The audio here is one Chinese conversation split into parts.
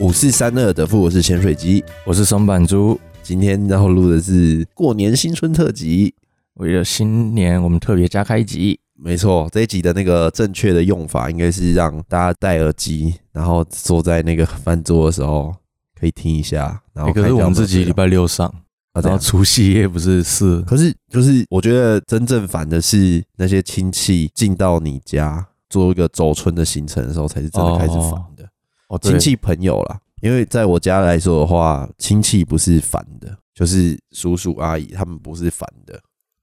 五四三二的复活式潜水机。我是松板猪。今天要录的是过年新春特辑，为了新年，我们特别加开一集。没错，这一集的那个正确的用法应该是让大家戴耳机，然后坐在那个饭桌的时候可以听一下。然后欸看一可下是有没有睡着、我们自己礼拜六上，啊，这然后样。除夕夜不是是可是就是我觉得真正烦的是那些亲戚进到你家做一个走春的行程的时候，才是真的开始烦的。哦对亲戚朋友啦，因为在我家来说的话，亲戚不是烦的，就是叔叔阿姨他们不是烦的，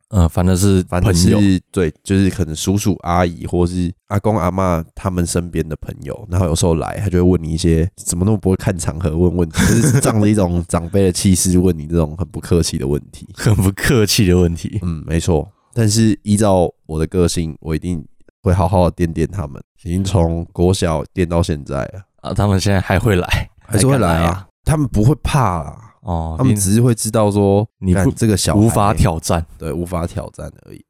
嗯，反正是反朋正友是对，就是可能叔叔阿姨或是阿公阿妈他们身边的朋友，然后有时候来，他就会问你一些怎么那么不会看场合问问题，就是仗着一种长辈的气势问你这种很不客气的问题。很不客气的问题。嗯，没错。但是依照我的个性，我一定会好好的掂掂他们。已经从国小掂到现在了，啊，他们现在还会来， 还是会敢来啊。啊。他们不会怕啊啦，哦，他们只是会知道说你干不这个小无孩法挑战，对无法挑战而已，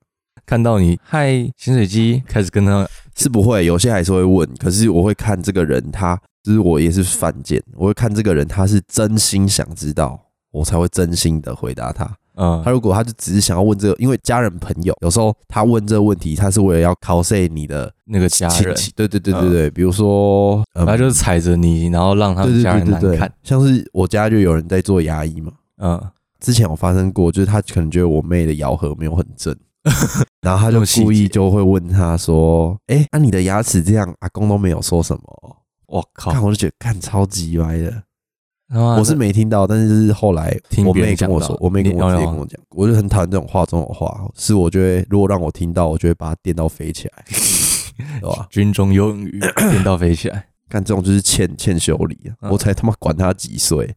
看到你嗨潜水机开始跟他是不会。有些还是会问，可是我会看这个人他，就是我也是犯贱，我会看这个人他是真心想知道，我才会真心的回答他。嗯他如果他就只是想要问这个，因为家人朋友有时候他问这个问题，他是为了要 cos 你的那个家亲人，戚，对对对对对，比如说，嗯他就是踩着你，然后让他对们对家对人难对对看。，像是我家就有人在做牙医嘛，嗯，之前有发生过，就是他可能觉得我妹的咬合没有很正， 然后他这就么细故意节就会问他说：“哎、那、你的牙齿这样，阿公都没有说什么。”我靠看，我就觉得看超级歪的，他妈的我是没听到，但是就是后来啊听我别妹人跟讲我到说，我妹跟你我直接哦跟我讲，我就很讨厌这种话中的话，是我觉得如果让我听到，我就会把它电到飞起 来，对吧？军中有语电到飞起来，干这种就是欠欠修理、啊，嗯我才他妈管他几 岁，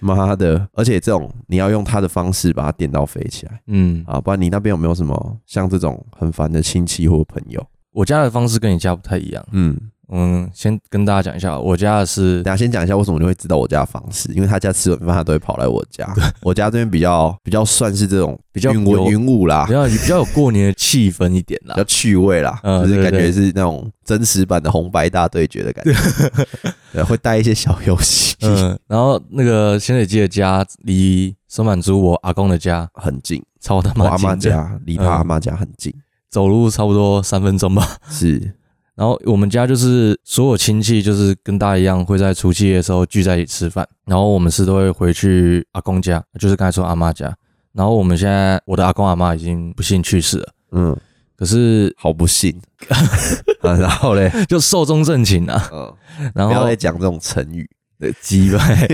妈的！而且这种你要用他的方式把他电到飞起来嗯， 啊，不然你那边有没有什么像这种很烦的亲戚或朋友？我家的方式跟你家不太一样。嗯，嗯，先跟大家讲一下，我家的是等下先讲一下为什么你会知道我家的方式，因为他家吃完饭他都会跑来我家，我家这边比较比较算是这种比较云文有云武啦比，较比较有过年的气氛一点 啦比较。趣味啦，嗯就是对感觉对是那种真实版的红白大对决的感 觉，对，会带一些小游戏，嗯，然后那个咸水鸡的家离松满珠我阿公的家很近，超他我妈阿近妈的，家离他嗯阿妈家很近，走路差不多三分钟吧。 是。然后我们家就是所有亲戚就是跟大家一样，会在除夕夜的时候聚在一起吃饭。然后我们是都会回去阿公家，就是刚才说阿妈家。然后我们现在我的阿公阿妈已经不幸去世了，嗯，可是好不 幸。啊、然后嘞，就寿终正寝啊。嗯，然不要后再讲这种成语。鸡掰。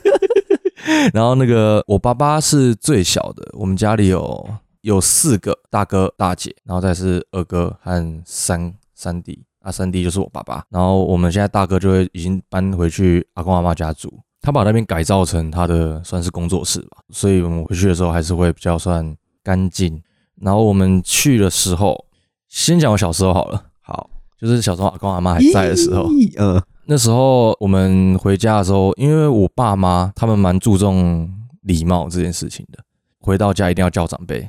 然后那个我爸爸是最小的，我们家里有有四个大哥大姐，然后再是二哥和三三弟啊，三弟就是我爸爸。然后我们现在大哥就会已经搬回去阿公阿妈家住，他把那边改造成他的算是工作室吧，所以我们回去的时候还是会比较算干净。然后我们去的时候，先讲我小时候好了，好，就是小时候阿公阿妈还在的时候，咦，嗯，那时候我们回家的时候，因为我爸妈他们蛮注重礼貌这件事情的，回到家一定要叫长辈，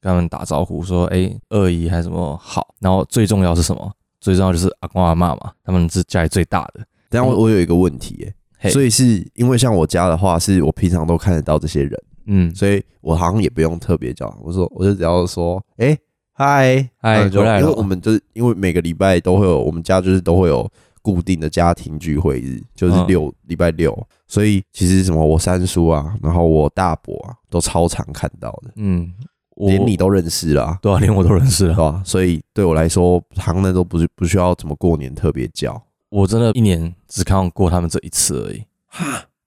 跟他们打招呼说：“哎、二姨还是什么好。”然后最重要是什么？最重要就是阿公阿妈嘛，他们是家里最大的。等一下我我有一个问题、耶嘿所以是因为像我家的话，是我平常都看得到这些人，嗯，所以我好像也不用特别叫，我说我就只要说，哎、嗨嗨然后就回来了因为我们就是因为每个礼拜都会有，我们家就是都会有固定的家庭聚会日，就是嗯六礼、拜六，所以其实什么我三叔啊，然后我大伯啊，都超常看到的，嗯，我连你都认识啦、对啊，连我都认识对了。吧？所以对我来说，行人都不是不需要怎么过年特别叫。我真的一年只看过他们这一次而已。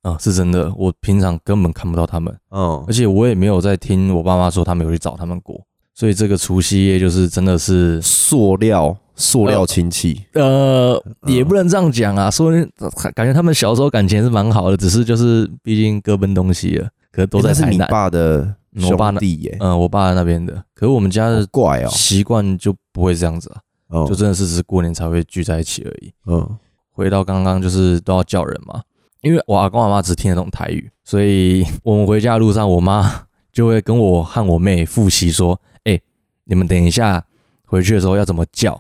啊、是真的，我平常根本看不到他们。嗯而，且我也没有在听我爸妈说他们有去找他们过，所以这个除夕夜就是真的是，塑料塑料亲戚，呃，嗯也不能这样讲啊，说不定感觉他们小时候感情是蛮好的，只是就是毕竟各奔东西了，可是都欸在那是台你南，爸的嗯我爸兄那弟耶，嗯、我爸那边的，可是我们家好的怪哦。习惯就不会这样子啊，嗯就真的是只是过年才会聚在一起而已。嗯，回到刚刚就是都要叫人嘛，因为我阿公阿妈只听得懂台语，所以 我们回家的路上，我妈 就会跟我和我妹复习说：“哎、你们等一下回去的时候要怎么叫？”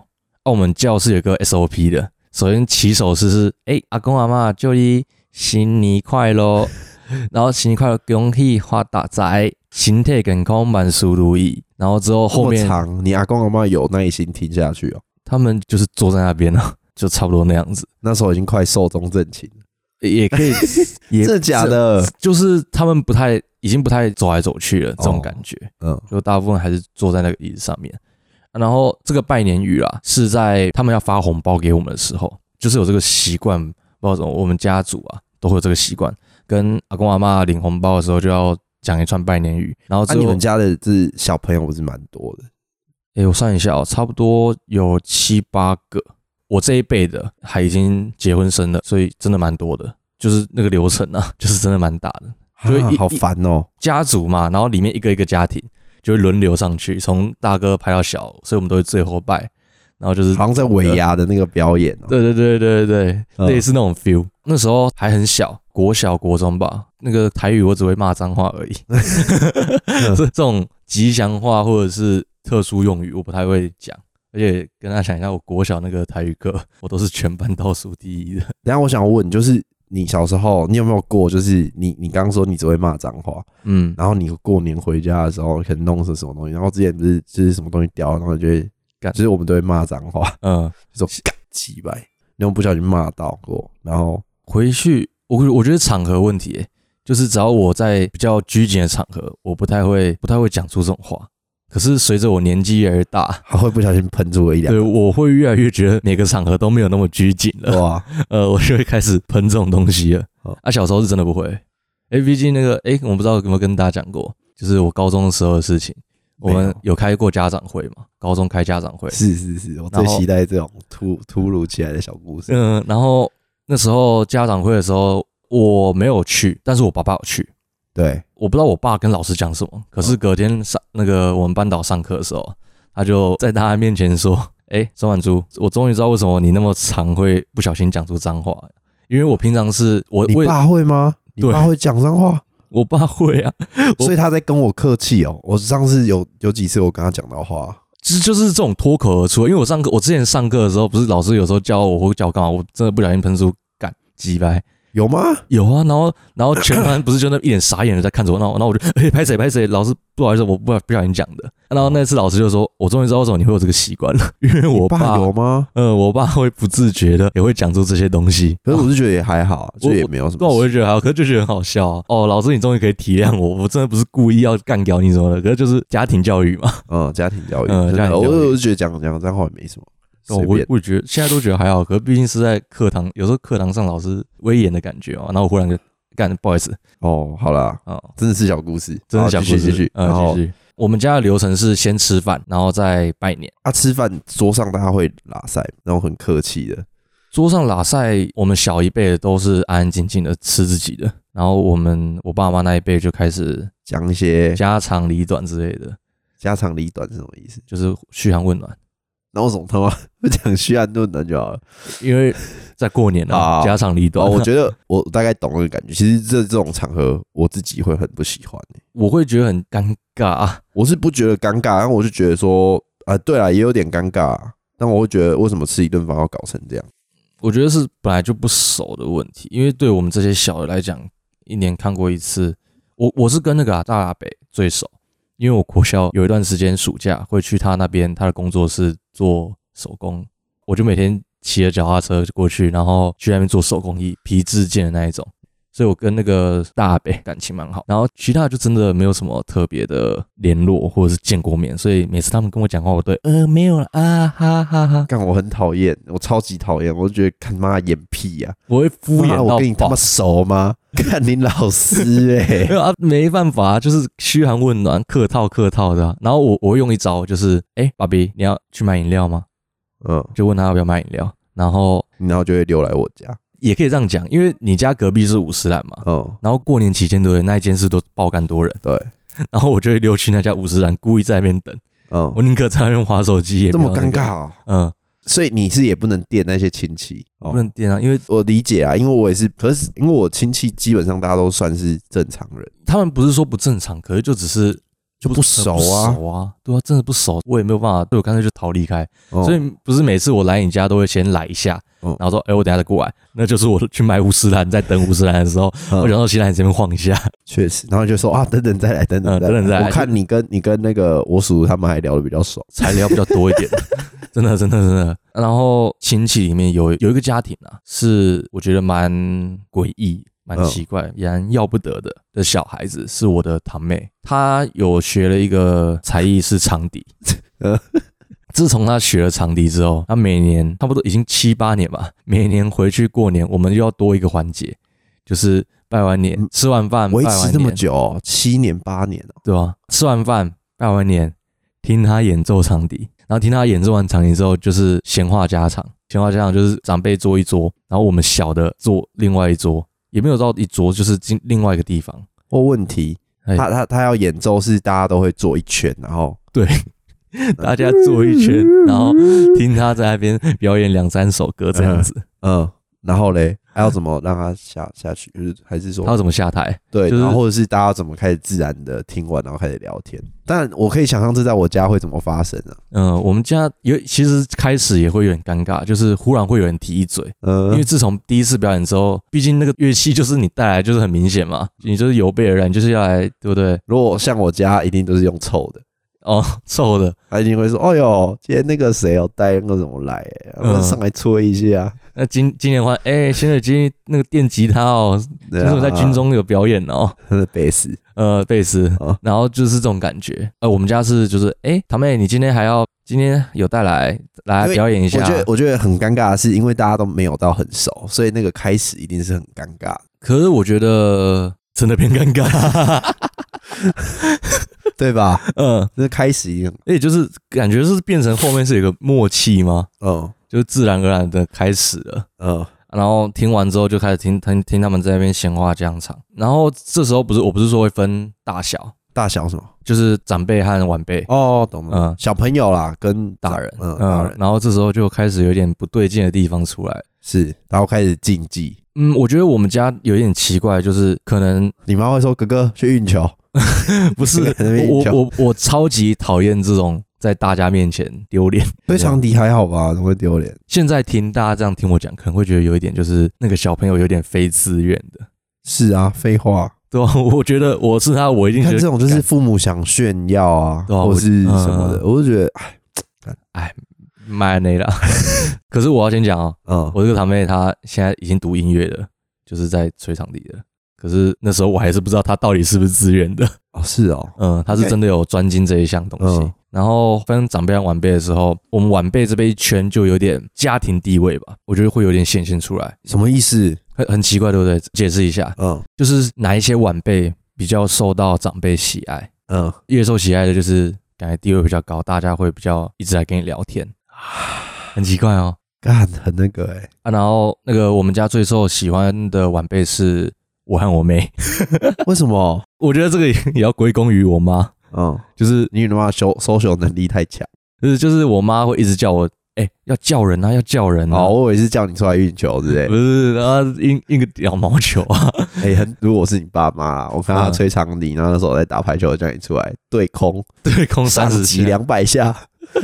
啊，我们叫是有个 SOP 的，首先起手式是：“哎、阿公阿妈就一新年快乐， 然后新年快乐，恭喜发大财，身体健康，万事如意。然后之后后这么面长，你阿公阿妈有耐心听下去哦。他们就是坐在那边了， 就差不多那样子，那时候已经快寿终正寝了，也 可以，也真的假的？就是他们不太，已经不太走来走去了，这哦种感觉。嗯，就大部分还是坐在那个椅子上面。啊然后这个拜年语啊，是在他们要发红包给我们的时候，就是有这个习惯，不知道怎么，我们家族啊都会有这个习惯，跟阿公阿妈领红包的时候就要讲一串拜年语。然后那、之啊你后们，家的这小朋友不是蛮多的？哎、我算一下哦，差不多有七八个。我这一辈的还已经结婚生了，所以真的蛮多的，就是那个流程啊， 就是真的蛮大的。所以啊一好烦哦、家族嘛，然后里面一个一个家庭就会轮流上去，从大哥排到小，所以我们都会最后拜，然后就是好像在尾牙的那个表演哦、对对对对对，嗯类似那种 feel。那时候还很小，国小国中吧，那个台语我只会骂脏话而已，嗯 这这种吉祥话或者是特殊用语我不太会讲。而且跟大家讲一下，我国小那个台语课，我都是全班倒数第一的。等一下我想问，就是你小时候，你有没有过？就是你你刚刚说你只会骂脏话，嗯，然后你过年回家的时候可能弄是什么东西，然后之前不是就是什么东西掉，然后就会干就是我们都会骂脏话， 嗯，就说干鸡掰，然后不小心骂到过，然后回去，我我觉得场合问题、欸，就是只要我在比较拘谨的场合，我不太会不太会讲出这种话。可是随着我年纪越来越大，还会不小心喷出了一两对，我会越来越觉得每个场合都没有那么拘谨了。哇， 呃，我就会开始喷这种东西了哦。啊，小时候是真的不会。A B G 那个，哎、我不知道有没有跟大家讲过，就是我高中的时候的事情。我没们有有开过家长会嘛？高中开家长会，是是是，我最然后期待这种突突如其来的小故 事。嗯，然后那时候家长会的时候，我没有去，但是我爸爸有去。对，我不知道我爸跟老师讲什么，可是隔天上那个我们班导上课的时候，他就在大家面前说：“哎、周婉珠，我终于知道为什么你那么常会不小心讲出脏话，因为我平常是我你我也爸会吗？你对爸会讲脏话，我爸会啊，我所以他在跟我客气哦。我上次有有几次我跟他讲到话，就是就是这种脱口而出，因为我上课我之前上课的时候，不是老师有时候教我或叫我干嘛，我真的不小心喷出干鸡掰。”有吗？有啊，然后然后全班不是就那一脸傻眼的在看着我，然后然后我就哎拍谁拍谁，老师不好意思，我不不小心讲的。然后那次老师就说，我终于知道为什么你会有这个习惯了， 因为我你爸有吗？呃，我爸会不自觉的也会讲出这些东西。可是 我是觉得也还好啊，我就也没有什对啊，我么就事。觉得还好，可是就觉得很好笑啊。哦，老师，你终于可以体谅我，我真的不是故意要干掉你什么的，可是就是家庭教育嘛。嗯，家庭教育，嗯真家的，庭我教育我就觉得讲讲脏话也没什么，哦随我便。我觉得现在都觉得还好，可是毕竟是在课堂，有时候课堂上老师威严的感觉嘛，哦然后我忽然就干，不好意思哦，好啦，啊、哦真的是小故事，真的好想继续继呃续。嗯然后我们家的流程是先吃饭，然后再拜年。啊，吃饭桌上大家会拉塞，然后很客气的，桌上拉塞，我们小一辈的都是安安静静的吃自己的，然后我们我爸妈那一辈就开始讲一些家长里短之类的，家长里短是什么意思？就是嘘寒问暖。那我怎么他妈不讲虚寒论暖就好 了？因为在过年啊， 啊家长里短，哦，我觉得我大概懂那个感觉。其实这这种场合，我自己会很不喜欢、欸。 我会觉得很尴尬啊。我是不觉得尴尬，但我就觉得说，啊、对啊，也有点尴尬、但我会觉得，为什么吃一顿饭要搞成这样？我觉得是本来就不熟的问题，因为对我们这些小的来讲，一年看过一次。我我是跟那个、啊、大阿北最熟，因为我国校有一段时间暑假会去他那边，他的工作是做手工，我就每天骑着脚踏车就过去，然后去那边做手工艺，皮质件的那一种。所以我跟那个大阿北感情蛮好，然后其他就真的没有什么特别的联络或者是见过面，所以每次他们跟我讲话，我都会呃没有了啊哈哈哈，干，我很讨厌，我超级讨厌，我就觉得看妈演屁呀、我会敷衍妈到我跟你他爆妈熟吗？ 看你老师哎、 没有啊，没办法、啊，就是嘘寒问暖，客套客套的啊、然后我我会用一招，就是哎，爸比，你要去买饮料吗？ 嗯，就问他要不要买饮料，然后然后就会溜来我家，也可以这样讲，因为你家隔壁是五十兰嘛，嗯，然后过年期间对不对？那一间是都爆干多人，对，然后我就会溜去那家五十兰，故意在那边等，嗯我，宁可在那边划手机，也这不要么那尴个，尬哦、嗯，所以你是也不能电那些亲戚，哦不能点啊，因为我理解啊，因为我也是，可是因为我亲戚基本上大家都算是正常人，他们不是说不正常，可是就只是就不熟不啊，熟啊，对啊，真的不熟，我也没有办法，所以我干脆就逃离开。哦所以不是每次我来你家都会先来一下，嗯然后说，哎、我等一下再过来，那就是我去买五十兰，在等五十兰的时候，嗯我想到西兰这边晃一下，确实，然后就说啊，等等再来，等等嗯等等再来我看你跟你跟那个我叔他们还聊的比较熟，材料比较多一点， 真的，真的，真的。然后亲戚里面有有一个家庭啊，是我觉得蛮诡异、蛮嗯奇怪、蛮要不得的的小孩子，是我的堂妹，她有学了一个才艺是长笛嗯。 自从她学了长笛之后，她每年差不多已经七八年吧，每年回去过年，我们又要多一个环节，就是拜完年、吃完饭，嗯维拜完持这么年久哦、七年八年哦、对啊，吃完饭拜完年，听他演奏长笛，然后听他演奏完长笛之后，就是闲话家常。闲话家常就是长辈坐一桌，然后我们小的坐另外一桌，也没有到一桌，就是进另外一个 地方。我问题，哎他他他要演奏是大家都会坐一圈，然后大家坐一圈，然后听他在那边表演两三首歌这样子。嗯，然后嘞，还要怎么让他下下去？就是还是说他要怎么下台？对，就是然后或者是大家怎么开始自然的听完，然后开始聊天？但我可以想象这在我家会怎么发生啊？嗯、我们家有其实开始也会有点尴尬，就是忽然会有人提一嘴，嗯，因为自从第一次表演之后，毕竟那个乐器就是你带来，就是很明显嘛，你就是有备而来，你就是要来，对不对？如果像我家一定都是用凑的。哦， 臭的，他一定会说：“哎呦，今天那个谁哦，带那个什么来、欸，我们嗯上来吹一下。那今今年换，哎、新耳机那个电吉他哦，对就啊”是我在 军中有表演哦，他的贝斯，呃，贝斯哦，然后就是这种感觉。呃，我们家是就是，哎、堂妹，你今天还要今天有带来来因为表演一我下觉，得我觉得很尴尬的是，因为大家都没有到很熟，所以那个开始一定是很尴尬的，可是我觉得真的变尴尬， 对吧？嗯，那开始一定也就是感觉是变成后面是有一个默契吗？嗯就是自然而然的开始了。嗯然后听完之后就开始听听听他们在那边闲话家常，然后这时候不是我不是说会分大小，大小什么？就是长辈和晚辈，哦，懂了，嗯小朋友啦，跟大人，嗯，大人然后这时候就开始有点不对劲的地方出来。是，然后开始竞技。嗯，我觉得我们家有点奇怪，就是可能你妈会说：“哥哥去运球。不是 在那边 我叫我我我超级讨厌这种在大家面前丢脸。”对长笛还好吧，怎么会丢脸？现在听大家这样听我讲，可能会觉得有一点就是那个小朋友有点非自愿的，是啊，废话。对吧？ 我觉得我是他，我一定你觉看得这种就是父母想炫耀啊，对啊或我是什么的，我就觉得，买那啦。 可是我要先讲哦，嗯，我这个堂妹她现在已经读音乐了，就是在吹长笛的。可是那时候我还是不知道她到底是不是自愿的。哦，是哦，嗯，他是 OK 真的有专精这一项东西。嗯然后分长辈和晚辈的时候，我们晚辈这边一圈就有点家庭地位吧，我觉得会有点显现出来，什么意思？很很奇怪，对不对？解释一下，嗯就是哪一些晚辈比较受到长辈喜爱，嗯，越受喜爱的就是感觉地位比较高，大家会比较一直来跟你聊天，啊很奇怪哦。干很那个哎、啊，然后那个我们家最受喜欢的晚辈是我和我妹， 为什么？我觉得这个也也要归功于我妈，嗯，就是你他妈 social social 能力太强。就是就是我妈会一直叫我，哎、要叫人啊，要叫人啊，哦，我以为是叫你出来运球之类不。是，然后印印个屌毛球啊， 哎、很，如果我是你爸妈啦，我看嗯他吹长笛，然后那时候我在打排球，我叫你出来对空 对空三十上几几两，两百下，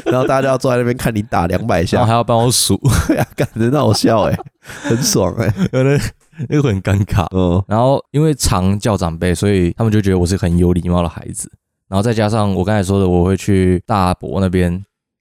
然后大家要坐在那边看你打两百然后下还，要帮我数， 对啊，干很好笑哎、很爽哎、那那个会很尴尬。嗯然后因为常叫长辈，所以他们就觉得我是很有礼貌的孩子。然后再加上我刚才说的，我会去大伯那边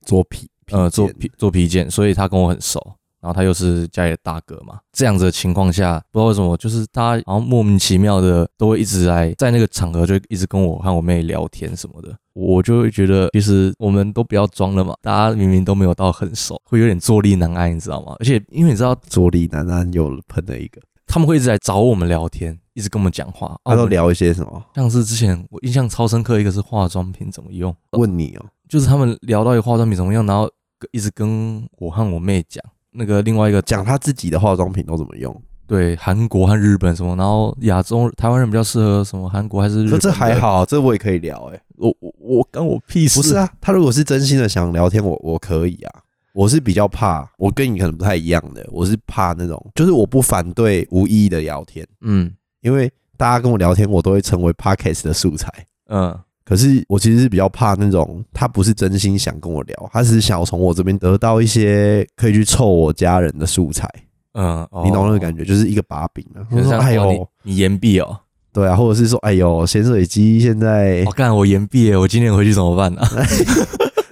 做皮呃做皮做皮件，所以他跟我很熟。然后他又是家里的大哥嘛，这样子的情况下，不知道为什么，就是大家好像莫名其妙的都会一直来在那个场合就一直跟我和我妹聊天什么的，我就会觉得其实我们都不要装了嘛，大家明明都没有到很熟，会有点坐立难安，你知道吗？而且因为你知道左立南南又喷了一个，他们会一直来找我们聊天，一直跟我们讲话，他都哦我们聊一些什么？像是之前我印象超深刻，一个是化妆品怎么用，问你哦、就是他们聊到一个化妆品怎么样，然后一直跟我和我妹讲。那个另外一个讲他自己的化妆品都怎么用？对韩国和日本什么，然后亚洲台湾人比较适合什么韩国还是日可本？这还，好，这我也可以聊哎、我我我干我屁事！不是，啊，他如果是真心的想聊天，我我可以啊。我是比较怕，我跟你可能不太一样的，我是怕那种，就是我不反对无意义的聊天，嗯因为大家跟我聊天，我都会成为 podcast 的素材。嗯，可是我其实是比较怕那种他不是真心想跟我聊，他只是想要从我这边得到一些可以去凑我家人的素材，嗯，哦你懂那个感觉，就是一个把柄啊。就他是说：“像哎哦呦，你你延毕哦，对啊，或者是说，哎呦，咸水鸡现在我、干我延毕耶，我今天回去怎么 办啊？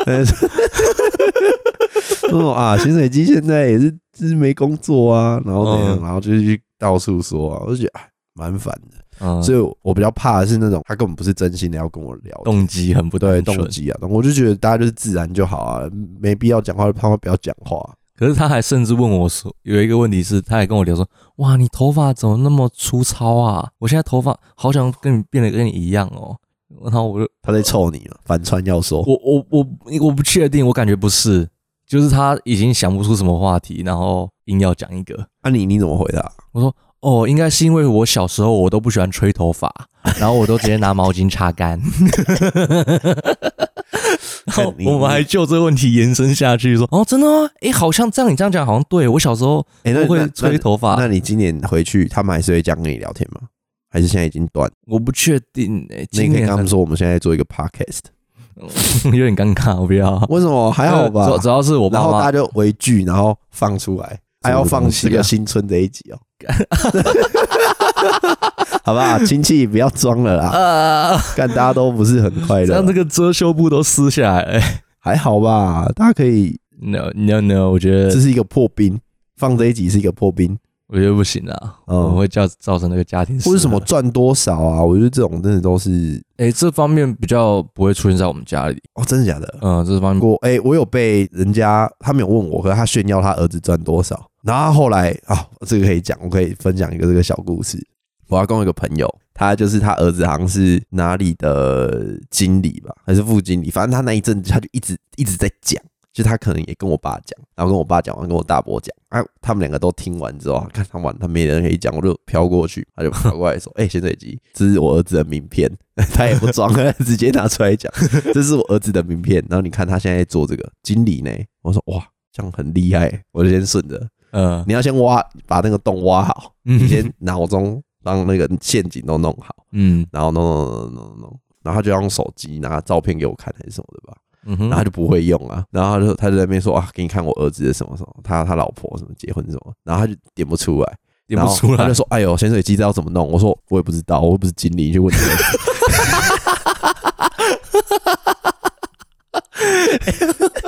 呃，说啊，潜水机现在也是就是没工作啊，然后怎样，嗯然后就是去到处说啊，我就觉得哎，蛮烦的。嗯，所以我比较怕的是那种他根本不是真心的要跟我聊的，动机很不对单纯动机啊，我就觉得大家就是自然就好啊，没必要讲话，他们不要讲话。可是他还甚至问我说，有一个问题是，他还跟我聊说，哇，你头发怎么那么粗糙啊？我现在头发好想跟你变得跟你一样哦。然后我就他在臭你了，反串要说，我我我我不确定，我感觉不是，就是他已经想不出什么话题，然后硬要讲一个。啊你你怎么回 答？我说哦，应该是因为我小时候我都不喜欢吹头发，然后我都直接拿毛巾 擦干。然后你我们还就这个问题延伸下去说，哦，真的吗？诶，好像这样你这样讲好像对我小时候哎、那不会那吹头发，那你今年回去，他们还是会这样跟你聊天吗？还是现在已经断？我不确定诶、那你今可以跟年他们说，我们现在做一个 podcast， 有点尴尬，我不要。呃为什么还好 吧？主主要是我然爸后大家妈，就围剧，然后放出来，还要放啊这个新春这一集哦。 好不好？亲戚不要装了 啦，呃，看大家都不是很快让这乐，个遮羞布都撕下来。诶还好吧？大家可以， No No No，我觉这得是一个破冰，放这一集是一个破冰，我觉得不行啊，嗯我们会造造成那个家庭失或和者什么赚多少啊？我觉得这种真的都是哎、这方面比较不会出现在我们家里。哦，真的假的？嗯，这方面我哎、我有被人家他没有问我，可是他炫耀他儿子赚多少，然后他后来啊、这个可以讲，我可以分享一个这个小故事。我阿公有个朋友，他就是他儿子好像是哪里的经理吧，还是副经理，反正他那一阵子他就一直一直在讲，就他可能也跟我爸讲，然后跟我爸讲完，跟我大伯讲，啊，他们两个都听完之后，看他完他没人可以讲，我就飘过去，他就跑过来说：“ 哎、欸，咸水鸡，这是我儿子的名片。” 他也不装，他直接拿出来讲。这是我儿子的名片，然后你看他现在在做这个经理呢。我说哇，这样很厉害，我就先顺着。嗯你要先挖，把那个洞挖好，你嗯先脑中让那个陷阱都弄好，嗯然后弄弄弄弄弄弄，然后他就用手机拿照片给我看还是什么的吧，嗯哼，然后他就不会用啊，然后他就他就在那边说啊，给你看我儿子的什么什么，他他老婆什么结婚什么，然后他就点不出来，点不出然后他来就，说哎呦，潜水机知道怎么弄？我说我也不知道，我又不是经理，你去问你儿子。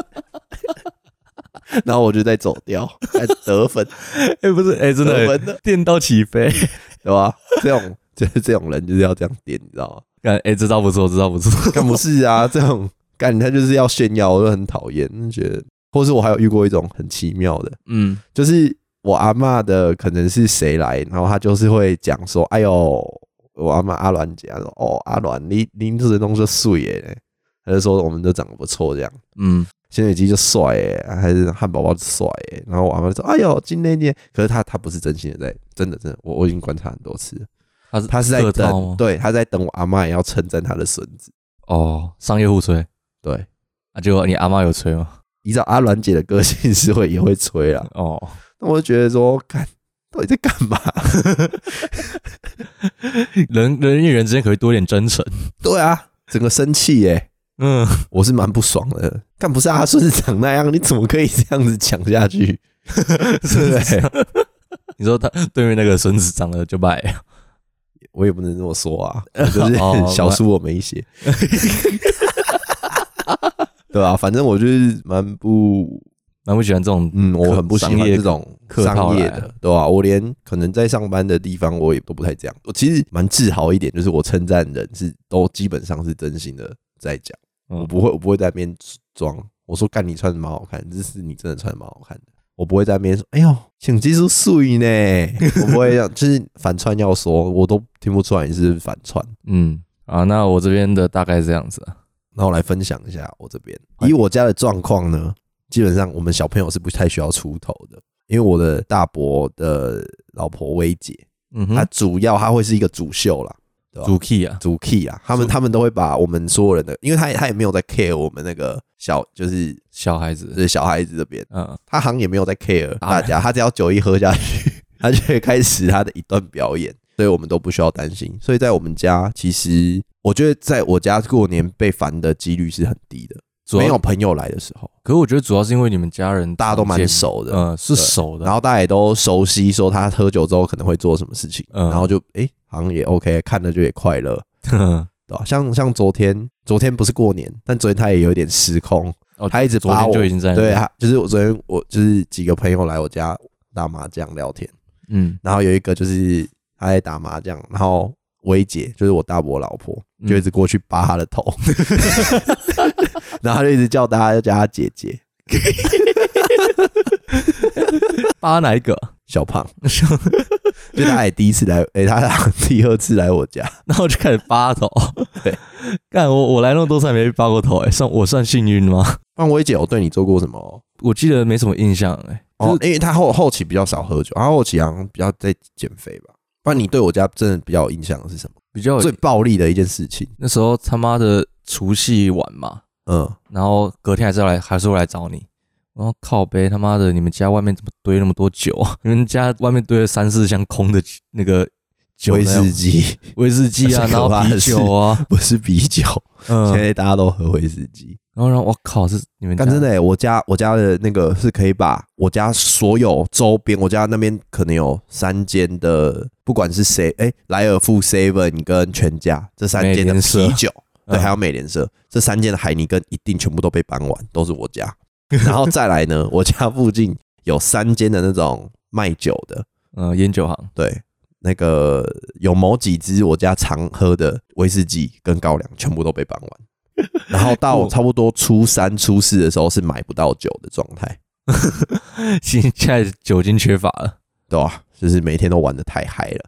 然后我就再走掉，再得分，哎、不是，哎、真得的、分的，电到起飞， 对吧？这种就是这种人就是要这样点，你知道吗？哎、欸，这招不错，这招 不错。干不是啊，这种干他就是要炫耀，我就很讨厌，就觉得。或是我还有遇过一种很奇妙的，嗯，就是我阿嬷的可能是谁来，然后他就是会讲说：“哎呦，我阿嬷阿鸾姐，她说哦阿鸾，你你这东西就素耶。”他就说我们都长得不错这样，嗯，鲜水鸡就帅耶，还是汉堡包就帅耶。然后我阿妈就说：“哎呦，今天你……可是他他不是真心的在，真的真的，我我已经观察很多次了，他是他是在客套等，吗？对，他在等我阿嬷也要称赞他的孙子。哦，商业互吹对，啊，结果你阿妈有吹吗？依照阿鸾姐的个性是会也会吹啦， 哦，那我就觉得说，干到底在干嘛？人人与人之间可以多一点真诚。对啊，整个生气耶、 嗯，我是蛮不爽的。干不是阿顺是长那样，你怎么可以这样子讲下去？是对不是？ 你说他对面那个孙子长得就白，我也不能这么说啊，我就是 哦小叔我没 写，对吧、反正我就是蛮不，蛮不喜欢这种。嗯，我很不喜欢商业这种客套商业来的，对吧、我连可能在上班的地方，我也都不太这样。我其实蛮自豪一点，就是我称赞人是都基本上是真心的在讲，嗯我不会，我不会在那边装。我说干，你穿的蛮好看，这是你真的穿的蛮好看的。我不会在那边说，哎呦，请技术素语呢，我不会这样，就是反串要说，我都听不出来你是不是反串。嗯啊，那我这边的大概是这样子啊。那我来分享一下我这边，以我家的状况呢，基本上我们小朋友是不太需要出头的，因为我的大伯的老婆薇姐，嗯她哼，主要她会是一个主秀啦，吧主 key 啊，主 key 啊，他们主他们都会把我们所有人的，因为她也她也没有在 care 我们那个小就是小孩就子，是小孩子这边。嗯，他好像也没有在 care 啊大家，他只要酒一喝下去，他就会开始他的一段表演。所以我们都不需要担心。所以在我们家，其实我觉得在我家过年被烦的几率是很低的，主没要有，朋友来的时候，可是我觉得主要是因为你们家人大家都蛮常见，熟的，嗯，是对熟的，然后大家也都熟悉，说他喝酒之后可能会做什么事情，嗯然后就诶、好像也 OK，看了就也快乐，后对吧、像像昨天，昨天不是过年，但昨天他也有一点失控， 哦他一直昨把天我就已经在对，啊，就是我昨天我就是几个朋友来我家打麻将聊天，嗯，然后有一个就是他在打麻将，然后薇姐就是我大伯老婆，嗯就一直过去扒他的头， 然后他就一直叫大家就叫他姐姐扒哪一 个？小胖，就他也第一次来， 诶、他他第二次来我家，然后就开始扒头， 对，干我我来那么多次还没被扒过头、哎，算我算幸运吗？那薇姐有对你做过什么？我记得没什么印象、哎，哦就，因为他后后期比较少喝酒，他后期好像比较在减肥吧。不然你对我家真的比较有印象的是什么？比较最暴力的一件事情，那时候他妈的除夕晚嘛，嗯，然后隔天还是要来，还是会来找你。然后靠背他妈的，你们家外面怎么堆那么多酒啊？ 你们家外面堆了三四箱空的那个酒，威士忌威士 忌啊，很然可后怕的啤事酒啊，不是啤酒， 嗯，现在大家都喝威士忌。然后然后我靠，是你们家但真的、欸，我家我家的那个是可以把我家所有周边，我家那边可能有三间的，不管是谁，哎、莱尔富、Seven 跟全家这三间的美联社啤酒， 对，嗯还有美联社这三间的海尼根一定全部都被搬完，都是我家。然后再来呢，我家附近有三间的那种卖酒的，嗯烟酒行， 对，那个有某几支我家常喝的威士忌跟高粱，全部都被搬完。然后到差不多初三、初四的时候是买不到酒的状态，现现在酒精缺乏了。对吧、就是每天都玩的太嗨了。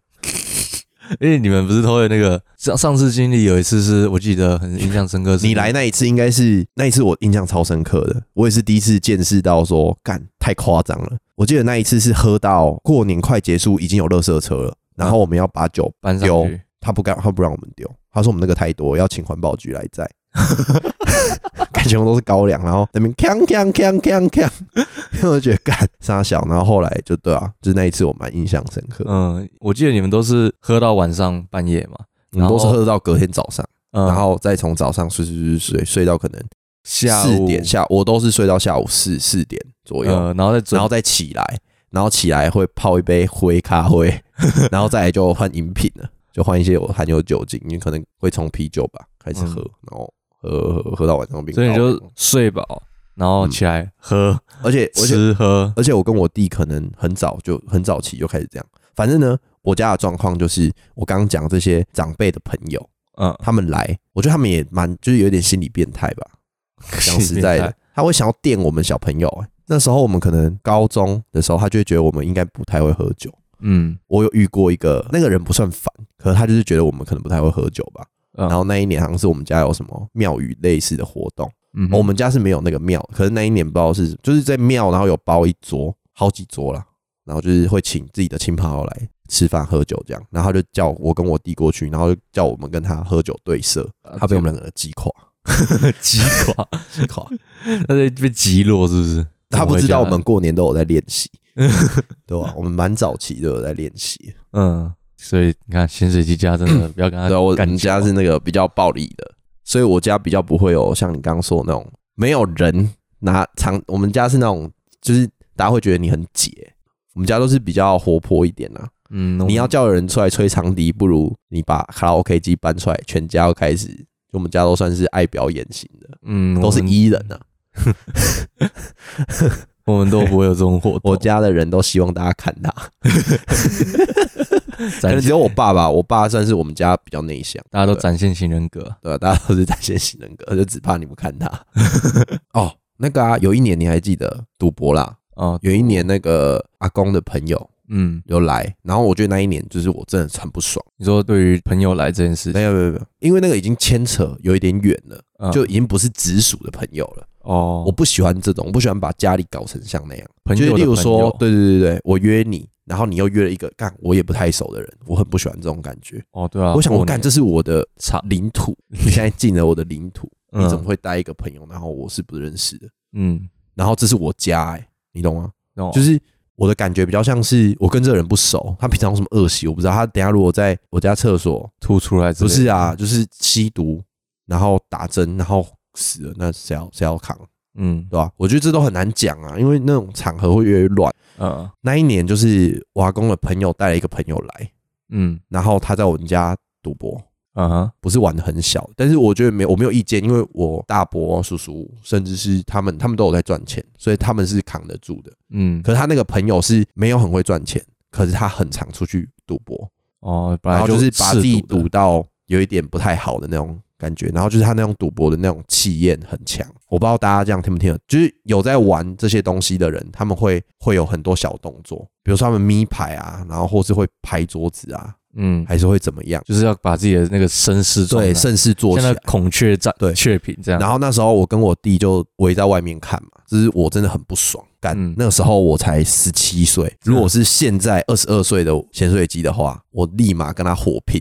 因为你们不是都会有那个上上次经历有一次是我记得很印象深刻是，你来那一次应该是那一次我印象超深刻的，我也是第一次见识到说干太夸张了。我记得那一次是喝到过年快结束，已经有垃圾车了，然后我们要把酒搬上丢去，他不敢，他不让我们丢，他说我们那个太多，要请环保局来载。 感觉都是高粱，然后那边锵锵锵锵锵， 我就觉得干傻小，然后后来就对啊，就是那一次我蛮印象深刻，嗯，我记得你们都是喝到晚上半夜嘛，我们都是嗯然后喝到隔天早上，嗯、然后再从早上睡睡睡睡睡到可能下午四点下，我都是睡到下午四四点左右，嗯，然后再准然后再起来，然后起来会泡一杯灰咖啡， 然后再来就换饮品了，就换一些有含有酒精，你可能会从啤酒吧开始喝，然后喝喝喝到晚上变高嗯所以粱。你就睡饱，然嗯后起来喝、而且而且吃喝，而且我跟我弟可能很早就很早起就开始这样，反正呢。我家的状况就是，我刚刚讲这些长辈的朋友，嗯，他们来，我觉得他们也蛮就是有点心理变态吧， 讲实在的，他会想要电我们小朋友、欸。那时候我们可能高中的时候，他就会觉得我们应该不太会喝酒。嗯，我有遇过一个那个人不算烦，可是他就是觉得我们可能不太会喝酒吧。嗯然后那一年好像是我们家有什么庙宇类似的活动，嗯我们家是没有那个庙，可是那一年不知道是就是在庙，然后有包一桌，好几桌啦，然后就是会请自己的亲朋好友来吃饭喝酒这样，然后他就叫我跟我弟过去，然后就叫我们跟他喝酒对射，啊他被我们两个击垮，击 垮，击 垮。他被被击落是不是？他不知道我们怎么过年都有在练 习，对吧、我们蛮早期都有在练习。会这样嗯，所以你看咸水鸡家真 的不要跟他对啊，我干们架家是那个比较暴力的，所以我家比较不会有像你刚刚说的那种没有人拿长，我们家是那种就是大家会觉得你很姐，我们家都是比较活泼一点啊。嗯，我你要叫人出来吹长笛，不如你把卡拉 OK 机搬出来，全家都开始。就我们家都算是爱表演型的，嗯都是一。伊人啊。我们都不会有这 种活动。我家的人都希望大家看他，可能展只现有我爸吧。我爸算是我们家比较内向，大家都对展现型人格，对啊，大家都是在线型人格，就只怕你不看他。 哦，那个啊，有一年你还记得赌博啦？哦，有一年那个阿公的朋友嗯，有来，然后我觉得那一年就是我真的很不爽。你说对于朋友来这件事情，没有没有没有，因为那个已经牵扯有一点远了，嗯就已经不是直属的朋友了。哦，我不喜欢这种，我不喜欢把家里搞成像那样。朋就是友的例如朋说友，对对对对，我约你，然后你又约了一个干我也不太熟的人，我很不喜欢这种感觉。哦，对啊，我想我过干年这是我的场，领土，你现在进了我的领土，嗯你怎么会带一个朋友，然后我是不认识的，嗯，然后这是我家、欸，你懂吗？就就是是我的感觉比较像是我跟这个人不熟，他平常有什么恶习我不知道。他等一下如果在我家厕所，吐出来之不类的是，啊，就是吸毒，然后打针，然后死了，那谁要谁要扛，嗯对吧、我觉得这都很难讲啊，因为那种场合会越来越乱。嗯那一年就是我阿公的朋友带了一个朋友来，嗯然后他在我们家赌博，嗯哼不是玩的很小，但是我觉得没有我没有意见，因为我大伯、叔叔甚至是他们，他们都有在赚钱，所以他们是扛得住的。嗯，可是他那个朋友是没有很会赚钱，可是他很常出去赌博，哦，本然来后就是把自己赌赌的，到有一点不太好的那种感觉，然后就是他那种赌博的那种气焰很强。我不知道大家这样听不听得，就是有在玩这些东西的人，他们会会有很多小动作，比如说他们咪牌啊，然后或是会拍桌子啊，嗯，还是会怎么样？就是要把自己的那个身世状态对，盛世做像起来那。孔雀战对雀屏这样，然后那时候我跟我弟就围在外面看嘛，就是我真的很不爽，干、嗯那时候我才十七岁，如果是现在二十二岁的潜水机的话，我立马跟他火 拼，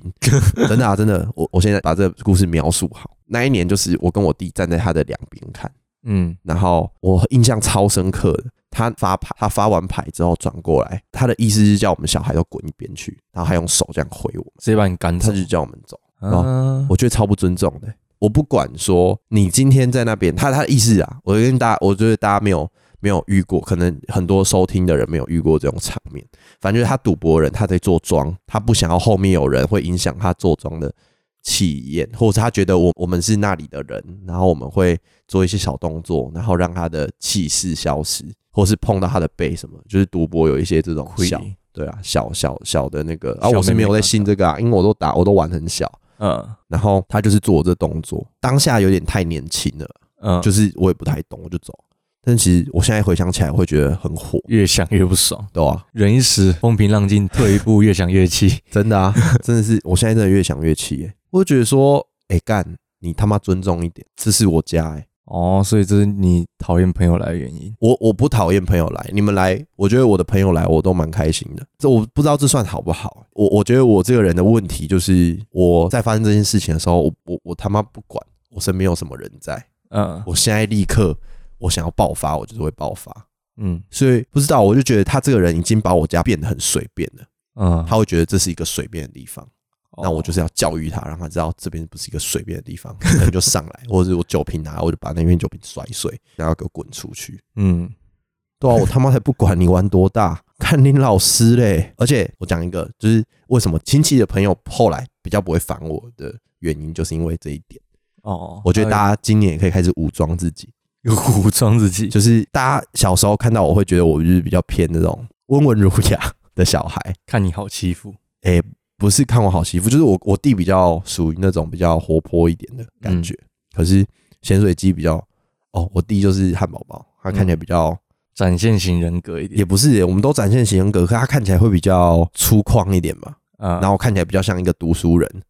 真的啊，真的，我我现在把这个故事描述好。那一年就是我跟我弟站在他的两边看，嗯然后我印象超深刻的，他发牌，他发完牌之后转过来，他的意思是叫我们小孩都滚一边去，然后还用手这样挥我们，直接把你赶他走，就叫我们走。啊我觉得超不尊重的。我不管说你今天在那边，他他的意思啊，我跟大家，我觉得大家没有没有遇过，可能很多收听的人没有遇过这种场面。反正就是他赌博的人，他在做庄，他不想要后面有人会影响他做庄的气焰，或者他觉得我我们是那里的人，然后我们会做一些小动作，然后让他的气势消失，或是碰到他的背什么，就是赌博有一些这种亏小对啊小小小的那个啊，小我是妹妹没有在嘛信这个啊，因为我都打我都玩很小。嗯然后他就是做我这动作，当下有点太年轻了，嗯，就是是我也不太懂，我就走。但其实我现在回想起来，会觉得很火，越想越不爽，对吧、啊？忍一时风平浪静，退一步越想越气， 真的啊，真的是，我现在真的越想越气、耶我就觉得说，哎、干，你他妈尊重一点，这是我家、欸，哦，所以这是你讨厌朋友来的原因，我我不讨厌朋友来，你们来，我觉得我的朋友来，我都蛮开心的。这我不知道这算好不好。我我觉得我这个人的问题就是，我在发生这件事情的时候，我我我他妈不管，我身边有什么人在，嗯我现在立刻我想要爆发，我就是会爆发。嗯所以不知道，我就觉得他这个人已经把我家变得很随便了，嗯，哦他会觉得这是一个随便的地方。那我就是是要教育他，让他知道这边不是一个随便的地方，可能就上来， 或者是我酒瓶拿，我就把那边酒瓶摔碎，然后给我滚出去。嗯对啊，我他妈才不管你玩多大， 看你老师嘞。而且我讲一个，就是为什么亲戚的朋友后来比较不会烦我的原因，就是因为这一点。哦，我觉得大家今年也可以开始武装自己，有武装自己，就是大家小时候看到我会觉得我就是比较偏那种温文儒雅的小孩，看你好欺负，诶、不是看我好媳妇，就是我我弟比较属于那种比较活泼一点的感觉，嗯可是咸水鸡比较哦，我弟就是汉堡包，他看起来比较、嗯展现型人格一点，也不是耶、我们都展现型人格，可他看起来会比较粗犷一点嘛，啊，然后看起来比较像一个读书 人，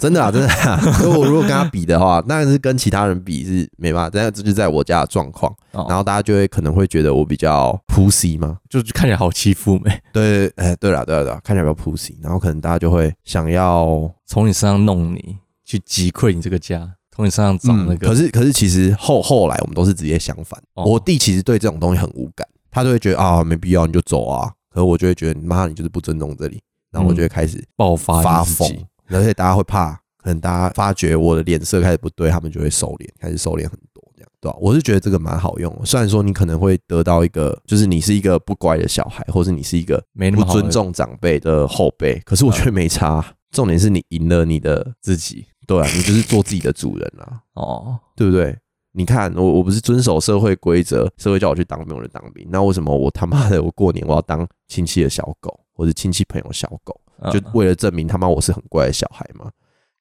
真的啊，真的、啊，所以我如果跟他比的话，当然是跟其他人比是没办法，但这就是在我家的状况，哦然后大家就会可能会觉得我比较 pussy 吗？就是看起来好欺负没，对，哎、对了，对了，对了，看起来比较 pussy，然后可能大家就会想要从你身上弄你，去击溃你这个家，从你身上找那嗯个，可是可是其实后后来我们都是直接相反。哦我弟其实对这种东西很无感，他就会觉得啊没必要你就走啊，可是我就会觉得妈你就是不尊重这里，然后我就会开始爆嗯发发你自疯，己而且大家会怕，可能大家发觉我的脸色开始不对，他们就会收敛，开始收敛很多这样，对吧、我是觉得这个蛮好用的，虽然说你可能会得到一个就是你是一个不乖的小孩，或是你是一个没那不么好的嗯尊重长辈的后辈，可是我觉得没差，啊重点是你赢了你的，自己对啊，你就是做自己的主人啊。哦，对不对？你看，我我不是遵守社会规则，社会叫我去当兵，我就当兵。那为什么我他妈的，我过年我要当亲戚的小狗，或者亲戚朋友的小狗，嗯就为了证明他妈我是很乖的小孩吗？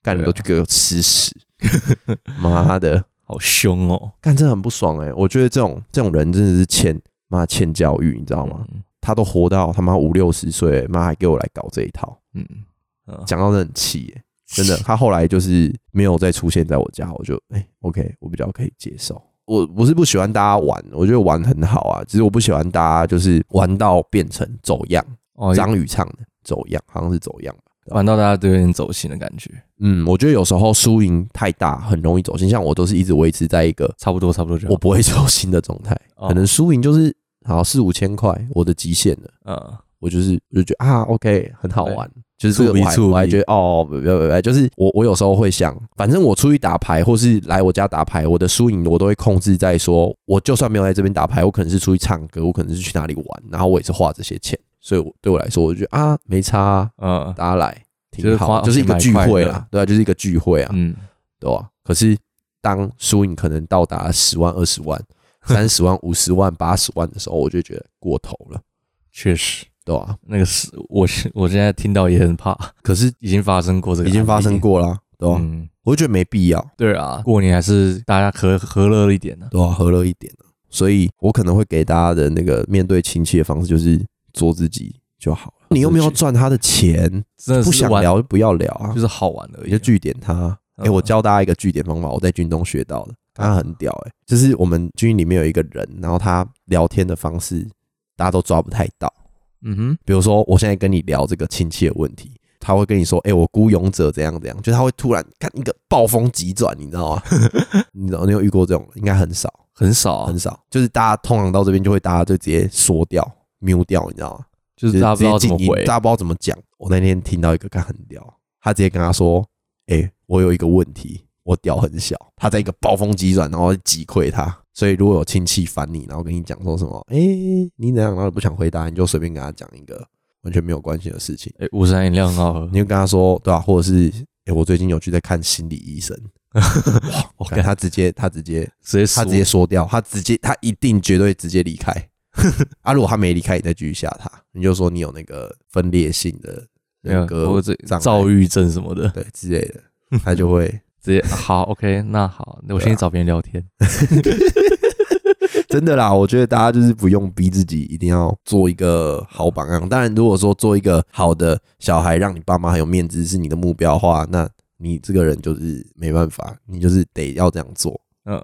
干，你对啊都去给我吃 屎！妈的，好凶哦，干，真的很不爽哎、我觉得这种这种人真的是欠妈欠教育，你知道吗？嗯他都活到他妈五六十岁，妈还给我来搞这一套，嗯嗯，讲到真的很气、欸，真的，他后来就是没有再出现在我家，我就哎、o k 我比较可以接受。我我是不喜欢大家玩，我觉得玩很好啊，只是我不喜欢大家就是玩到变成走样。哦，张宇唱的走样，好像是走样吧。玩到大家都有点走心的感觉，嗯，我觉得有时候输赢太大，很容易走心。像我都是一直维持在一个差不多差不多就好我不会走心的状态，啊哦可能输赢就是好四五千块，我的极限了。嗯，我就是我就觉得啊，OK，很好玩，就是这个触鼻我还触我还鼻觉得哦，不不不不，就是我我有时候会想，反正我出去打牌或是来我家打牌，我的输赢我都会控制在说，我就算没有来这边打牌，我可能是出去唱歌，我可能是去哪里玩，然后我也是花这些钱，所以我对我来说，我就觉得啊，没差啊、嗯大家来就是挺花好，就是一个钱买聚会快乐啦，对啊，就是一个聚会啊，嗯，对吧、可是当输赢可能到达十万、二十万、三十万、五十万、八十万的时候，我就觉得过头了，确实，对吧、那个是我是我现在听到也很怕，可是已经发生过这个，已经发生，过啦，对吧、啊嗯，我就觉得没必要，对啊，过年还是大家和和乐一点呢、对吧、和乐一点啊所以我可能会给大家的那个面对亲戚的方式就是做自己就好了。你又没有赚他的钱，真的是不想玩聊就不要聊啊就，是好玩而你已就。据点他。哎、嗯我教大家一个据点方法，我在军中学到的，他很屌哎、就是我们军营里面有一个人，然后他聊天的方式大家都抓不太到。嗯哼，比如说，我现在跟你聊这个亲戚的问题，他会跟你说：“哎、我孤勇者怎样怎样。”就是他会突然看一个暴风急转，你知道吗？你知道你有遇过这种？应该很少，很少、啊很，少。就是大家通常到这边就会大家就直接缩掉、mute 掉，你知道吗？就就是大家不知道直怎接么静音回大。家不知道怎么讲。我那天听到一个看很屌，他直接跟他说：“哎、我有一个问题，我屌很小。”他在一个暴风急转，然后击溃他。所以如果有亲戚烦你，然后跟你讲说什么：“哎、你怎样？”然后你不想回答，你就随便跟他讲一个完全没有关系的事情，哎、五十三饮料很好喝你，就跟他说：“对啊，或者是。哎、我最近有去在看心理医生，我干他直接他直接直接他输直接说掉，他直接他一定绝对直接离 开。啊，如果他没离开，你再继续吓他，你就说你有那个分裂性的没有人格我这障碍躁郁症什么的，对之类的，他就会 直接好 OK，那好，那我先去对啊找别人聊天。 真的啦。我觉得大家就是不用逼自己一定要做一个好榜样。当然，如果说做一个好的小孩，让你爸妈很有面子是你的目标的话，那你这个人就是没办法，你就是得要这样做。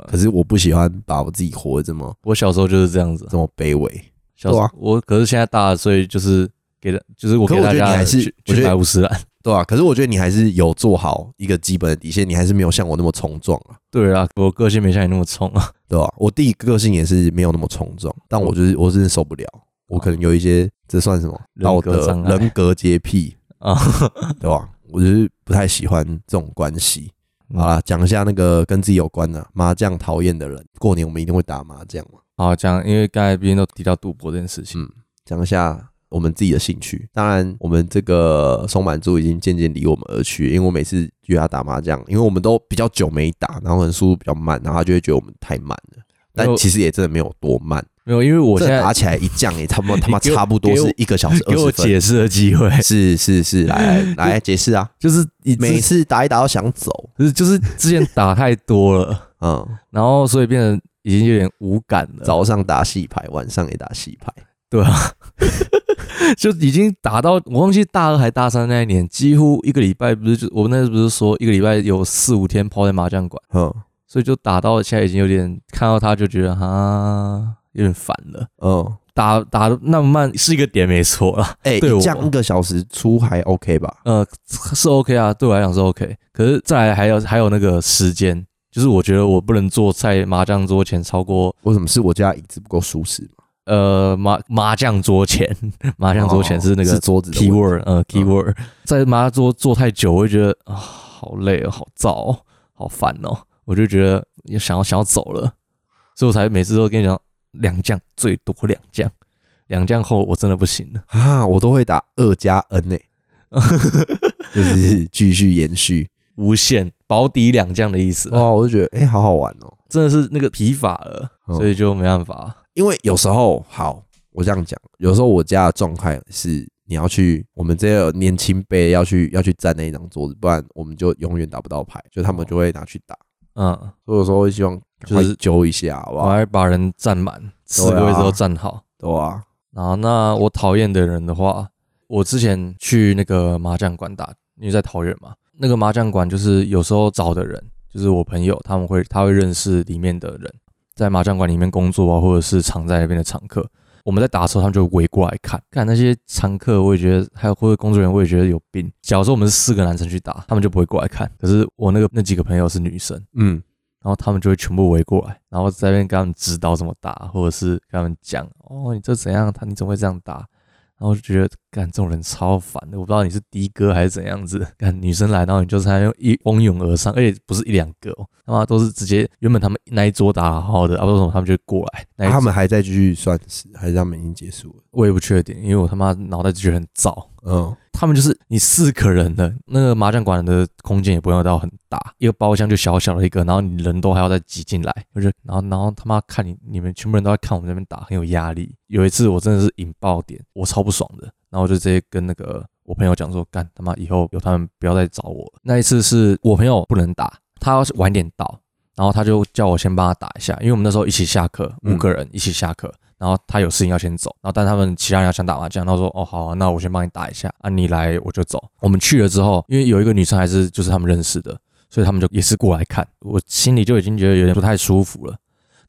可嗯，是我不喜欢把我自己活得这么我小时候就是这样子啊，这么卑微。小时对候、啊我可是现在大了，所以就是给的，就是我可给我大觉得家你还是去我觉去得买五十兰。对啊，可是我觉得你还是有做好一个基本的底线，你还是没有像我那么冲撞啊， 对啊，我个性没像你那么冲啊。 对吧、我弟个性也是没有那么冲撞，但我就是我真的受不了，我可能有一些这算什么道人格德障碍人格洁 癖，啊，对吧、我就是不太喜欢这种关系。嗯好啦，讲一下那个跟自己有关的、麻将讨厌的人，过年我们一定会打麻将嘛。好讲，因为刚才毕竟都提到赌博这件事情，嗯讲一下我们自己的兴趣。当然，我们这个松满猪已经渐渐离我们而去，因为我每次约他打麻将，因为我们都比较久没打，然后可能速度比较慢，然后他就会觉得我们太慢了。但没有其实也真的没有多慢，没有，因为我这现在打起来一将也差不多他妈 给我差不多给我是一个小时二给十我分。解释的 机会，是是是， 来来来解释啊！就是以每次打一打都想走，就是就是之前打太多了，嗯，然后所以变得已经有点无感了，早上打戏牌，晚上也打戏牌，对啊，就已经打到我忘记大二还大三那一年，几乎一个礼拜不是就我们那时候不是说一个礼拜有四五天泡在麻将馆，嗯所以就打到现在已经有点看到他就觉得哈有点烦了，嗯，打打得那么慢是一个点没错啦，哎，对我一将一个小时出还 OK 吧？呃，是 OK 啊，对我来讲是 OK。可是再来还有还有那个时间，就是我觉得我不能坐在麻将桌前超过为什么是我家椅子不够舒适吗？呃麻麻将桌前， 麻将桌前是那哦个桌子的问题 keyword，呃 keyword，、在麻将桌坐太久，我会觉得啊好累哦，好燥哦，好烦哦，我就觉得也想要想要走了，所以我才每次都跟你讲两将最多两将，两将后我真的不行了。啊，我都会打二加 N 诶、就是继续延 续。无限保底两将的意思啊、哇，我就觉得哎、诶好好玩哦。真的是那个疲乏了，嗯所以就没办法。因为有时候，好，我这样讲，有时候我家的状态是你要去，我们这些有年轻辈要去要去占那一张桌子，不然我们就永远打不到牌，就他们就会拿去打。嗯，所以有时候会希望就是就是揪一下，好不我好？还把人占满，四个位置都占好。对啊，然后，那我讨厌的人的话，我之前去那个麻将馆打，因为在桃园嘛，那个麻将馆就是有时候找的人，就是我朋友，他们会他会认识里面的人，在麻将馆里面工作啊，或者是常在那边的常客。我们在打的时候，他们就围过来看，看那些常客，我也觉得，还有或者工作人员，我也觉得有病。假如说我们是四个男生去打，他们就不会过来看，可是我那个那几个朋友是女生，嗯，然后他们就会全部围过来，然后在那边跟他们指导怎么打，或者是跟他们讲哦，你这怎样，他你怎么会这样打？然后我就觉得，干这种人超烦的，我不知道你是的哥还是怎样子。 干女生来，然后你就是用一蜂拥而上，而且不是一两个、哦，他妈都是直接原本他们那一桌打好好的，啊不知道为什么他们就过来，那一啊桌他们还在继续算是，还是他们已经结束了？我也不确定，因为我他妈脑袋就觉得很燥。嗯，他们就是你四个人的那个麻将馆的空间也不用到很大，一个包厢就小小的一个，然后你人都还要再挤进来，我就然后然后他妈看你你们全部人都在看我们那边打，很有压力。有一次我真的是引爆点，我超不爽的，然后我就直接跟那个我朋友讲说，干他妈以后有他们不要再找我了。那一次是我朋友不能打，他要是晚点到，然后他就叫我先帮他打一下，因为我们那时候一起下课，嗯五个人一起下课，然后他有事情要先走，然后但他们其他人要想打麻将，然后说哦好啊、那我先帮你打一下啊，你来我就走。我们去了之后，因为有一个女生还是就是他们认识的，所以他们就也是过来看，我心里就已经觉得有点不太舒服了。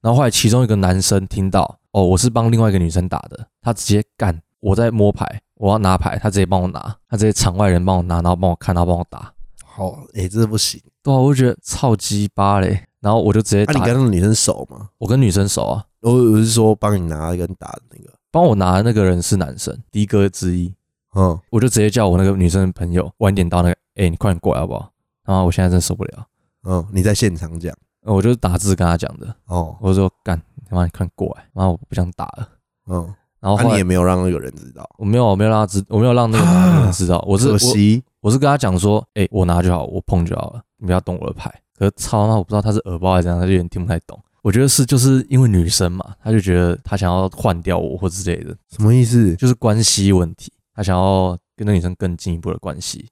然后后来其中一个男生听到哦我是帮另外一个女生打的，他直接干我在摸牌，我要拿牌，他直接帮我拿，他直接场外人帮我拿，然后帮我看，然后帮我打。好，哎、欸，这不行。对啊，我就觉得超鸡巴嘞，然啊后我就直接那、打你跟那个女生熟吗？我跟女生熟啊，我我是说帮你拿跟打的那个。帮我拿的那个人是男生，的哥之一，嗯，我就直接叫我那个女生的朋友晚点到那个，哎、你快点过来好不好？然后我现在真受不了，嗯，你在现场讲呃我就是打字跟他讲的，哦，我就说干，他妈你快点过来，妈我不想打了。嗯，然后那、后你来、也没有让那个人知道，我没有我没有让他知，我没有让那个男人知道，我是可我惜我是跟他讲说，哎、我拿就好，我碰就好了，你不要动我的牌。可是操，那我不知道他是耳包还是怎样，他就有点听不太懂。我觉得是就是因为女生嘛，她就觉得她想要换掉我或之类的，什么意思？就是关系问题，他想要跟那女生更进一步的关系。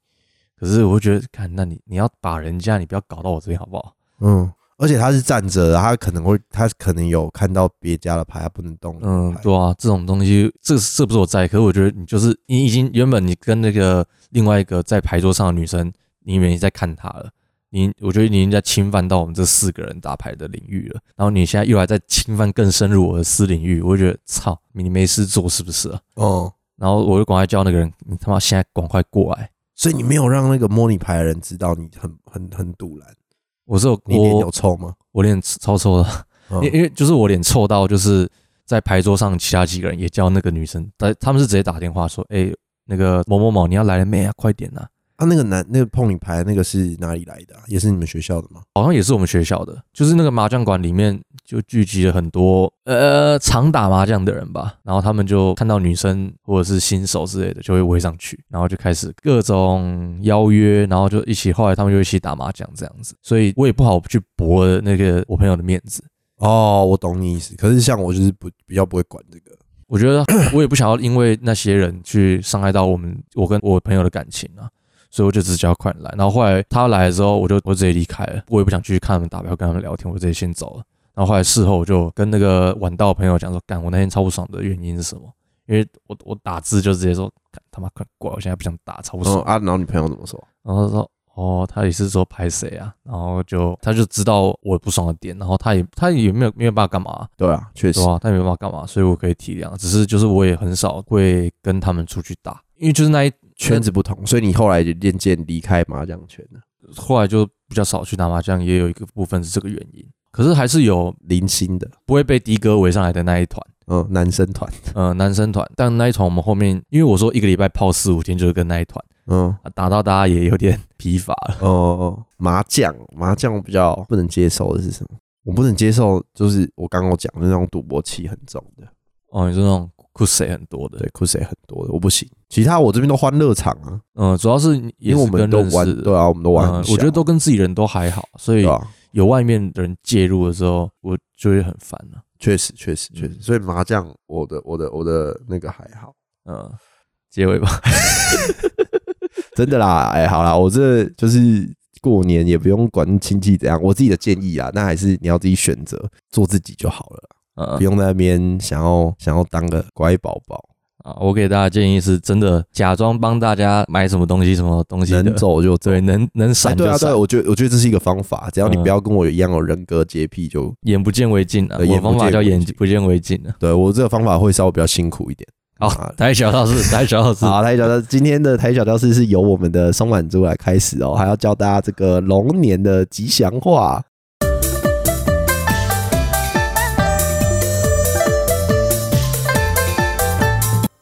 可是我就觉得，看，那你你要把人家，你不要搞到我这边好不好？嗯，而且他是站着的，他可能会，他可能有看到别家的牌，他不能动。嗯牌，对啊，这种东西，这这不是我在意，可是我觉得你就是你已经原本你跟那个另外一个在牌桌上的女生，你以为你在看她了，你我觉得你已经在侵犯到我们这四个人打牌的领域了，然后你现在又还在侵犯更深入我的私领域，我就觉得操，你没事做是不是啊？哦、然后我就赶快叫那个人，你他妈现在赶快过来！所以你没有让那个摸你牌的人知道你很很很堵然，我是有你脸有我臭吗？我脸超臭的，嗯因因为就是我脸臭到，就是在牌桌上其他几个人也叫那个女生，但他们是直接打电话说，哎、那个某某某你要来了没啊？快点啊！啊，那个男，那个碰你牌的那个是哪里来的、啊？也是你们学校的吗？好像也是我们学校的，就是那个麻将馆里面就聚集了很多呃常打麻将的人吧，然后他们就看到女生或者是新手之类的，就会围上去，然后就开始各种邀约，然后就一起，后来他们就一起打麻将这样子，所以我也不好去驳那个我朋友的面子，哦，我懂你意思。可是像我就是不比较不会管这个。我觉得 我也不想要因为那些人去伤害到我们我跟我朋友的感情啊，所以我就只叫他快点来。然后后来他来了之后，我就我直接离开了，我也不想继续看他们打牌，跟他们聊天，我直接先走了。然后后来事后我就跟那个晚到的朋友讲说，干我那天超不爽的原因是什么？因为我我打字就直接说，干他妈快过来，我现在不想打，超不爽。嗯啊，然后你朋友怎么说？然后他说哦，他也是说拍谁啊？然后就他就知道我不爽的点，然后他也他也没有没有办法干嘛、对啊，确实对。啊，但没办法干嘛，所以我可以体谅。只是就是我也很少会跟他们出去打，因为就是那一圈子不同，所以你后来就渐渐离开麻将圈了，后来就比较少去打麻将，也有一个部分是这个原因。可是还是有零星的，不会被的哥围上来的那一团，嗯，男生团，呃，男生团。但那一团我们后面，因为我说一个礼拜泡四五天，就是跟那一团嗯，啊打到大家也有点 疲乏了。哦哦，哦麻将，麻将我比较不能接受的是什么？我不能接受就是我刚刚有讲的那种赌博气很重的，哦，你说那种酷谁很多的，对，酷谁很多的，我不行。其他我这边都欢乐场啊，嗯、主要是也因为我是们跟都认玩识，的。对啊，我们都玩嗯很小，我觉得都跟自己人都还好，所以对啊，有外面的人介入的时候，我就会很烦了、确实确实嗯确实，所以麻将我的我的我的那个还好，嗯，结尾吧。真的啦，哎，好啦，我这就是过年也不用管亲戚怎样，我自己的建议啊，那还是你要自己选择做自己就好了。嗯不，用在那边想要想要当个乖宝 宝，啊，我给大家建议是真的假装帮大家买什么东西，什么东西的，能走就走。对，能能哎闪对就啊，对闪，啊，我觉得我觉得这是一个方法，只要你嗯不要跟我一样有人格洁癖就，眼不见为净啊。对我眼不方法见叫为眼净不见为净啊。对我这个方法会稍微比较辛苦一点。好啊，台小道士，台小道士，好，台小教今天的台小教室是由我们的松满猪来开始哦，还要教大家这个龙年的吉祥话。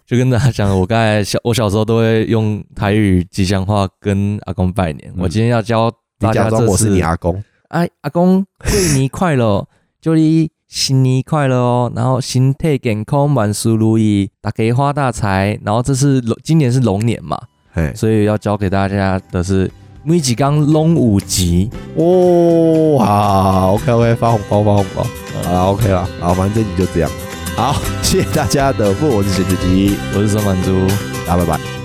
就跟大家讲，我刚才小我小时候都会用台语吉祥话跟阿公拜年。嗯我今天要教你大假家这装次，我是你阿公，哎，阿公，对你快乐，哦祝你新年快乐哦，然后身体健康，万事如意，大家发大财。然后这是龙，今年是龙年嘛，嘿，所以要教给大家的是每几缸龙五级。哦，好，OK OK，发红包发红包，啊 OK 了，好，反正你就这样，好，谢谢大家的付，我是咸子鸡，我是沈满珠。大家拜拜。